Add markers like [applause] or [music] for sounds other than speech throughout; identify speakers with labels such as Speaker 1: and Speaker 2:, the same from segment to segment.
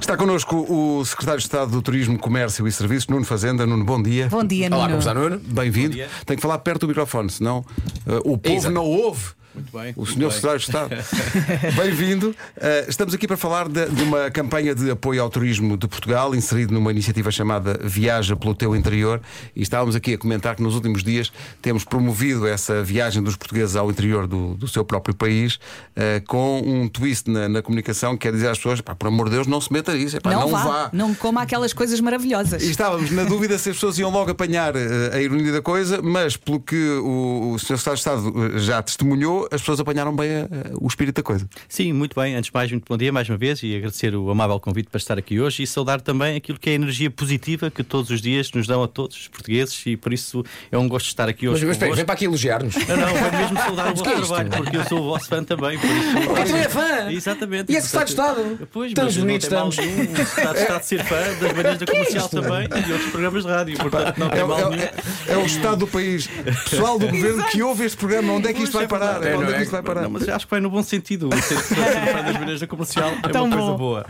Speaker 1: Está connosco o Secretário de Estado do Turismo, Comércio e Serviços, Nuno Fazenda. Nuno, bom dia.
Speaker 2: Bom dia, Nuno.
Speaker 3: Olá, como está, Nuno?
Speaker 1: Bem-vindo. Tem que falar perto do microfone, senão eh, o povo
Speaker 3: Exato.
Speaker 1: não ouve.
Speaker 4: Muito bem.
Speaker 1: O senhor Secretário de
Speaker 3: [laughs]
Speaker 1: Estado. Bem-vindo. Eh, estamos aqui para falar de, de uma campanha de apoio ao turismo de Portugal, inserido numa iniciativa chamada Viaja pelo Teu Interior. E estávamos aqui a comentar que nos últimos dias temos promovido essa viagem dos portugueses ao interior do, do seu próprio país, eh, com um twist na, na comunicação que quer dizer às pessoas: pá, por amor de Deus, não se meta nisso, epá,
Speaker 2: Não,
Speaker 1: não
Speaker 2: vá,
Speaker 1: vá.
Speaker 2: não coma aquelas coisas maravilhosas.
Speaker 1: E estávamos na dúvida se as pessoas iam logo apanhar eh, a ironia da coisa, mas pelo que o, o Sr. Secretário de Estado eh, já testemunhou, as pessoas apanharam bem eh, o espírito da coisa.
Speaker 4: Sim, muito bem. Antes de mais, muito bom dia mais uma vez e agradecer o amável convite para estar aqui hoje e saudar também aquilo que é a energia positiva que todos os dias nos dão a todos os portugueses e por isso é um gosto estar aqui
Speaker 3: Mas,
Speaker 4: hoje.
Speaker 3: mas espera,
Speaker 4: convosco.
Speaker 3: vem para aqui elogiar-nos.
Speaker 1: É,
Speaker 4: não, não, vou mesmo saudar o vosso
Speaker 3: [laughs] que é isto?
Speaker 4: trabalho, porque eu sou o vosso fã também. Por isso...
Speaker 3: [laughs] Porque tu é fã!
Speaker 4: Exatamente.
Speaker 3: E é secretário de Estado?
Speaker 4: Pois,
Speaker 3: Tão
Speaker 4: mas
Speaker 3: bonitos
Speaker 4: não tem
Speaker 3: estamos.
Speaker 4: mal nenhum. O secretário de Estado de ser fã das manhãs
Speaker 3: [laughs]
Speaker 4: da comercial também e de outros programas de rádio. Portanto, não
Speaker 1: É,
Speaker 4: tem mal
Speaker 1: o-
Speaker 4: nenhum.
Speaker 1: é- é o Estado do país, pessoal do governo que ouve este programa, onde é que isto vai parar?
Speaker 4: É,
Speaker 1: onde
Speaker 4: não
Speaker 1: é que isto vai parar?
Speaker 4: Não, mas acho que vai no bom sentido. O ser fã das maneiras da comercial é
Speaker 2: Tão bom.
Speaker 4: uma coisa boa.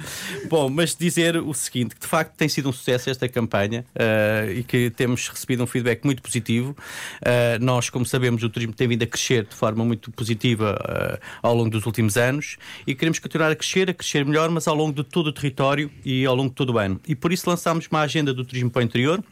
Speaker 4: Bom, mas dizer o seguinte: que de facto tem sido um sucesso esta campanha ah, e que temos recebido um feedback muito positivo. Ah, nós, como sabemos, o turismo tem vindo a crescer de forma muito positiva ah, ao longo dos últimos anos e queremos continuar a crescer, a crescer melhor, mas ao longo de todo o território e ao longo de todo o ano. E por isso lançámos uma agenda do turismo para o interior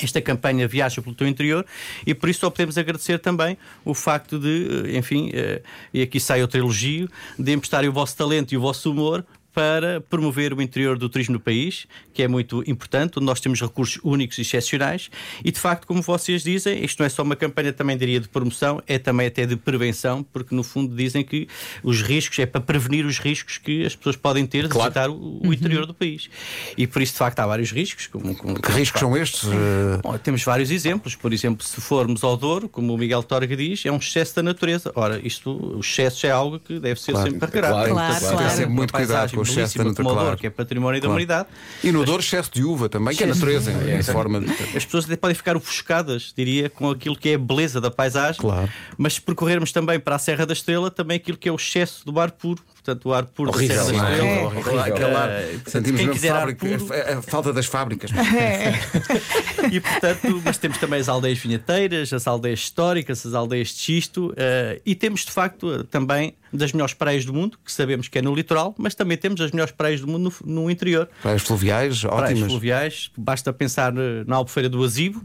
Speaker 4: esta campanha viaja pelo teu interior e por isso só podemos agradecer também o facto de, eh, enfim, eh, e aqui sai outro elogio, de emprestarem o vosso talento e o vosso humor para promover o interior do turismo do país, que é muito importante, onde nós temos recursos únicos e excepcionais, e de facto, como vocês dizem, isto não é só uma campanha, também diria, de promoção, é também até de prevenção, porque no fundo dizem que os riscos, é para prevenir os riscos que as pessoas podem ter de
Speaker 3: Claro.
Speaker 4: visitar o, o interior do país. E por isso, de facto, há vários riscos, como, como
Speaker 1: Que riscos são estes? Eh,
Speaker 4: Bom, temos vários exemplos. Por exemplo, se formos ao Douro, como o Miguel Torga diz, é um excesso da natureza. Ora, isto, o excesso é algo que deve ser sempre
Speaker 1: é
Speaker 4: regrado. é?
Speaker 3: claro,
Speaker 4: Portanto,
Speaker 2: claro,
Speaker 4: há
Speaker 2: claro.
Speaker 1: Sempre muito
Speaker 4: uma
Speaker 1: cuidado
Speaker 4: paisagem
Speaker 1: com o excesso da
Speaker 4: belíssima
Speaker 1: natureza,
Speaker 4: como o Douro,
Speaker 1: claro.
Speaker 4: que é património da
Speaker 1: Claro.
Speaker 4: humanidade.
Speaker 1: E no Douro, excesso de uva também, que é natureza, em- em forma de.
Speaker 4: As pessoas até podem ficar ofuscadas, diria, com aquilo que é a beleza da paisagem. Claro. Mas se percorrermos também para a Serra da Estrela, também aquilo que é o excesso do ar puro. Portanto, o ar puro
Speaker 3: Horrível,
Speaker 4: da Serra da
Speaker 3: não é?
Speaker 4: Estrela.
Speaker 3: É. Horrível.
Speaker 1: Aquele ar,
Speaker 4: Eh, portanto,
Speaker 1: sentimos
Speaker 4: quem
Speaker 1: mesmo
Speaker 4: quiser ar
Speaker 1: fábrica,
Speaker 4: puro-
Speaker 1: a, a falta das fábricas.
Speaker 2: [laughs]
Speaker 4: E portanto, mas temos também as aldeias vinheteiras, as aldeias históricas, as aldeias de xisto eh, e temos de facto eh, também das melhores praias do mundo, que sabemos que é no litoral, mas também temos as melhores praias do mundo no, no interior.
Speaker 1: Praias fluviais,
Speaker 4: Praias
Speaker 1: ótimas.
Speaker 4: fluviais, basta pensar eh, na Albufeira do Azibo,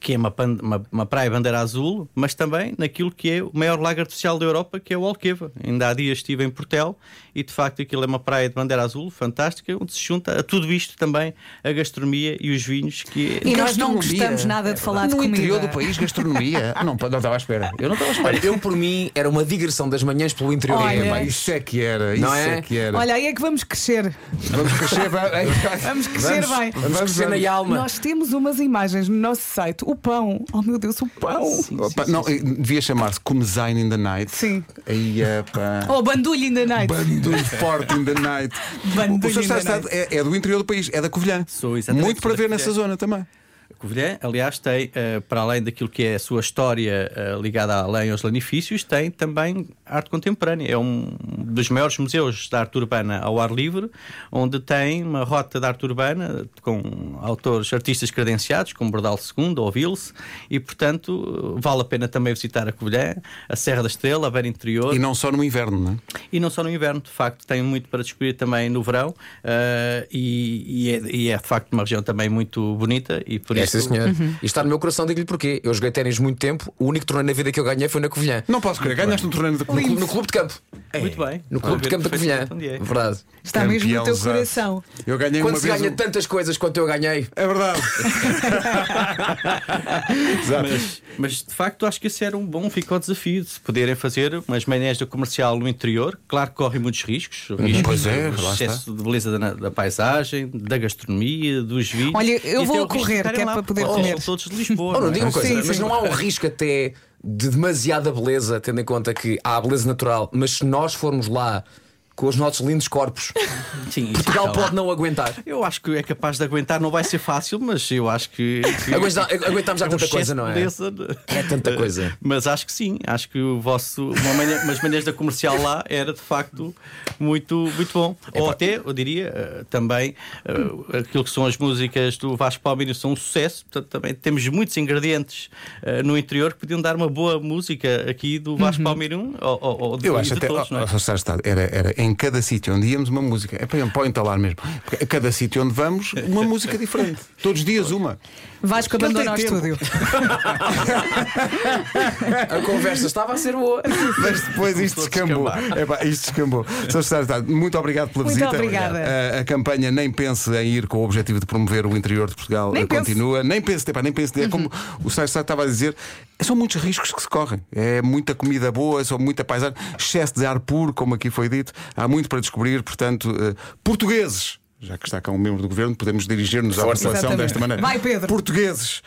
Speaker 4: que é uma, pan- uma- uma praia bandeira azul, mas também naquilo que é o maior lago artificial da Europa, que é o Alqueva. Ainda há dias estive em Portel e de facto aquilo é uma praia de bandeira azul fantástica, onde se junta a tudo isto também a gastronomia e os vinhos, que é
Speaker 2: E nós não
Speaker 1: Gastronomia.
Speaker 2: gostamos nada de falar de
Speaker 1: no
Speaker 2: comida.
Speaker 1: interior do país,
Speaker 2: [laughs]
Speaker 1: gastronomia. Ah, não, não estava à espera. Eu não estava à espera.
Speaker 3: Olha, eu por mim era uma digressão das manhãs pelo interior.
Speaker 2: Olha.
Speaker 3: É, pá, isto-
Speaker 1: Isso é que era, isso
Speaker 3: Não
Speaker 1: é?
Speaker 3: é?
Speaker 1: que era.
Speaker 2: Olha, aí é que vamos crescer.
Speaker 1: Vamos crescer, vai- vai-
Speaker 2: [laughs] Vamos crescer bem.
Speaker 3: Vamos crescer na alma.
Speaker 2: Nós temos umas imagens no nosso site. O pão. Oh meu Deus, o pão.
Speaker 1: Opa, não, devia chamar-se Comesign in the Night.
Speaker 2: Sim.
Speaker 1: Aí, opa.
Speaker 2: [laughs] Oh, bandulho ainda night.
Speaker 1: Bandulho forte in the night.
Speaker 2: Bandulho
Speaker 1: o senhor
Speaker 2: in the
Speaker 1: está, está, é, é do interior do país, é da Covilhã.
Speaker 4: Sou, exatamente,
Speaker 1: Muito para
Speaker 4: sou da
Speaker 1: ver nessa
Speaker 4: Covilhã.
Speaker 1: zona também.
Speaker 4: Covilhã, aliás, tem, eh, para além daquilo que é a sua história eh, ligada à lei e aos lanifícios, tem também arte contemporânea. É um dos maiores museus de arte urbana ao ar livre, onde tem uma rota de arte urbana com autores, artistas credenciados, como Bordal II ou Vils, e, portanto, vale a pena também visitar a Covilhã, a Serra da Estrela, a Beira Interior.
Speaker 1: E não só no inverno, não é?
Speaker 4: E não só no inverno, de facto, tem muito para descobrir também no verão eh, e, e é, e é, de facto uma região também muito bonita e por
Speaker 3: É,
Speaker 4: isso
Speaker 3: sim, senhor. E está no meu coração, digo-lhe porquê. Eu joguei ténis muito tempo, o único torneio na vida que eu ganhei foi na Covilhã.
Speaker 1: Não posso crer, ganhaste um torneio da
Speaker 3: No,
Speaker 1: Covilhã.
Speaker 3: clube- no clube de campo.
Speaker 4: Muito bem.
Speaker 3: No clube de
Speaker 4: Estou a ver
Speaker 3: campo da Covilhã.
Speaker 4: É. perfeitamente Ah, onde é.
Speaker 3: Verdade.
Speaker 2: Está mesmo no teu
Speaker 1: Campeãozaço.
Speaker 2: coração.
Speaker 1: Eu ganhei
Speaker 3: Quando
Speaker 1: uma
Speaker 3: se
Speaker 1: vez.
Speaker 3: ganha
Speaker 1: um-
Speaker 3: tantas coisas quanto eu ganhei,
Speaker 1: É verdade. [laughs] Exato.
Speaker 4: Mas, mas, de facto acho que esse era um bom fica o desafio de se poderem fazer umas manhãs do comercial no interior. Claro que correm muitos riscos, riscos
Speaker 1: Pois
Speaker 4: do-
Speaker 1: é,
Speaker 4: do
Speaker 1: lá
Speaker 4: excesso de beleza da, da paisagem, da gastronomia, dos vinhos.
Speaker 2: Olha, eu
Speaker 4: E
Speaker 2: vou
Speaker 4: tem o risco de
Speaker 2: correr,
Speaker 4: estarem
Speaker 2: que é
Speaker 4: lá,
Speaker 2: para
Speaker 4: porque
Speaker 2: poder
Speaker 4: vocês
Speaker 2: comer.
Speaker 4: são todos de Lisboa.
Speaker 3: Oh,
Speaker 4: não
Speaker 3: não
Speaker 4: é?
Speaker 3: diga uma coisa,
Speaker 2: Sim,
Speaker 3: mas
Speaker 2: sim.
Speaker 3: não há um risco até de demasiada beleza, tendo em conta que há a beleza natural, mas se nós formos lá com os nossos lindos corpos.
Speaker 4: Sim, é
Speaker 3: Portugal pode não aguentar.
Speaker 4: Eu acho que é capaz de aguentar, não vai ser fácil, mas eu acho que. que
Speaker 3: Aguenta- aguentamos já
Speaker 4: um
Speaker 3: tanta coisa,
Speaker 4: excesso
Speaker 3: não é?
Speaker 4: de beleza.
Speaker 3: É
Speaker 4: [laughs]
Speaker 3: tanta coisa.
Speaker 4: Mas acho que sim, acho que o vosso. Uma maneira, umas maneiras da comercial lá era de facto muito, muito bom.
Speaker 3: É
Speaker 4: Ou até, eu diria, eh, também eh, aquilo que são as músicas do Vasco Palmeiras são um sucesso, portanto também temos muitos ingredientes eh, no interior que podiam dar uma boa música aqui do Vasco
Speaker 3: Uhum.
Speaker 4: Palmeiras ou, ou, ou de,
Speaker 1: Eu
Speaker 4: e
Speaker 1: acho
Speaker 4: de
Speaker 1: até.
Speaker 4: todos, não é?
Speaker 3: oh,
Speaker 1: ó, ó, Sá Estado, era, era em cada sítio onde íamos uma música. É para, para o entalar mesmo. Porque a cada sítio onde vamos, uma música diferente. Todos os dias uma.
Speaker 2: Vasco
Speaker 1: Ele tem
Speaker 2: abandona o
Speaker 1: tempo.
Speaker 2: estúdio.
Speaker 3: A conversa estava a ser boa.
Speaker 1: Mas depois isto descambou. Epá, isto descambou. Sr. Secretário de Estado, muito obrigado pela
Speaker 2: Muito
Speaker 1: visita.
Speaker 2: obrigada.
Speaker 1: A, a campanha Nem Pense em Ir com o objetivo de promover o interior de Portugal
Speaker 2: Nem
Speaker 1: eh,
Speaker 2: pense. Uhum.
Speaker 1: continua. Nem pense, epá, nem pense. É como o Sr. Secretário estava a dizer, são muitos riscos que se correm. É muita comida boa, são muita paisagem, excesso de ar puro, como aqui foi dito. Há muito para descobrir, portanto, eh, portugueses. Já que está cá um membro do governo, podemos dirigir-nos à
Speaker 3: Força.
Speaker 1: população
Speaker 2: Exatamente.
Speaker 1: desta maneira.
Speaker 2: Vai, Pedro.
Speaker 1: Portugueses,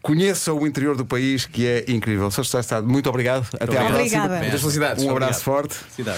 Speaker 1: conheçam o interior do país, que é incrível. Sr. Secretário de Estado, muito obrigado. Até à
Speaker 4: Obrigado.
Speaker 1: próxima.
Speaker 2: Obrigada.
Speaker 3: Muitas felicidades.
Speaker 1: Um abraço forte.
Speaker 4: Cidade.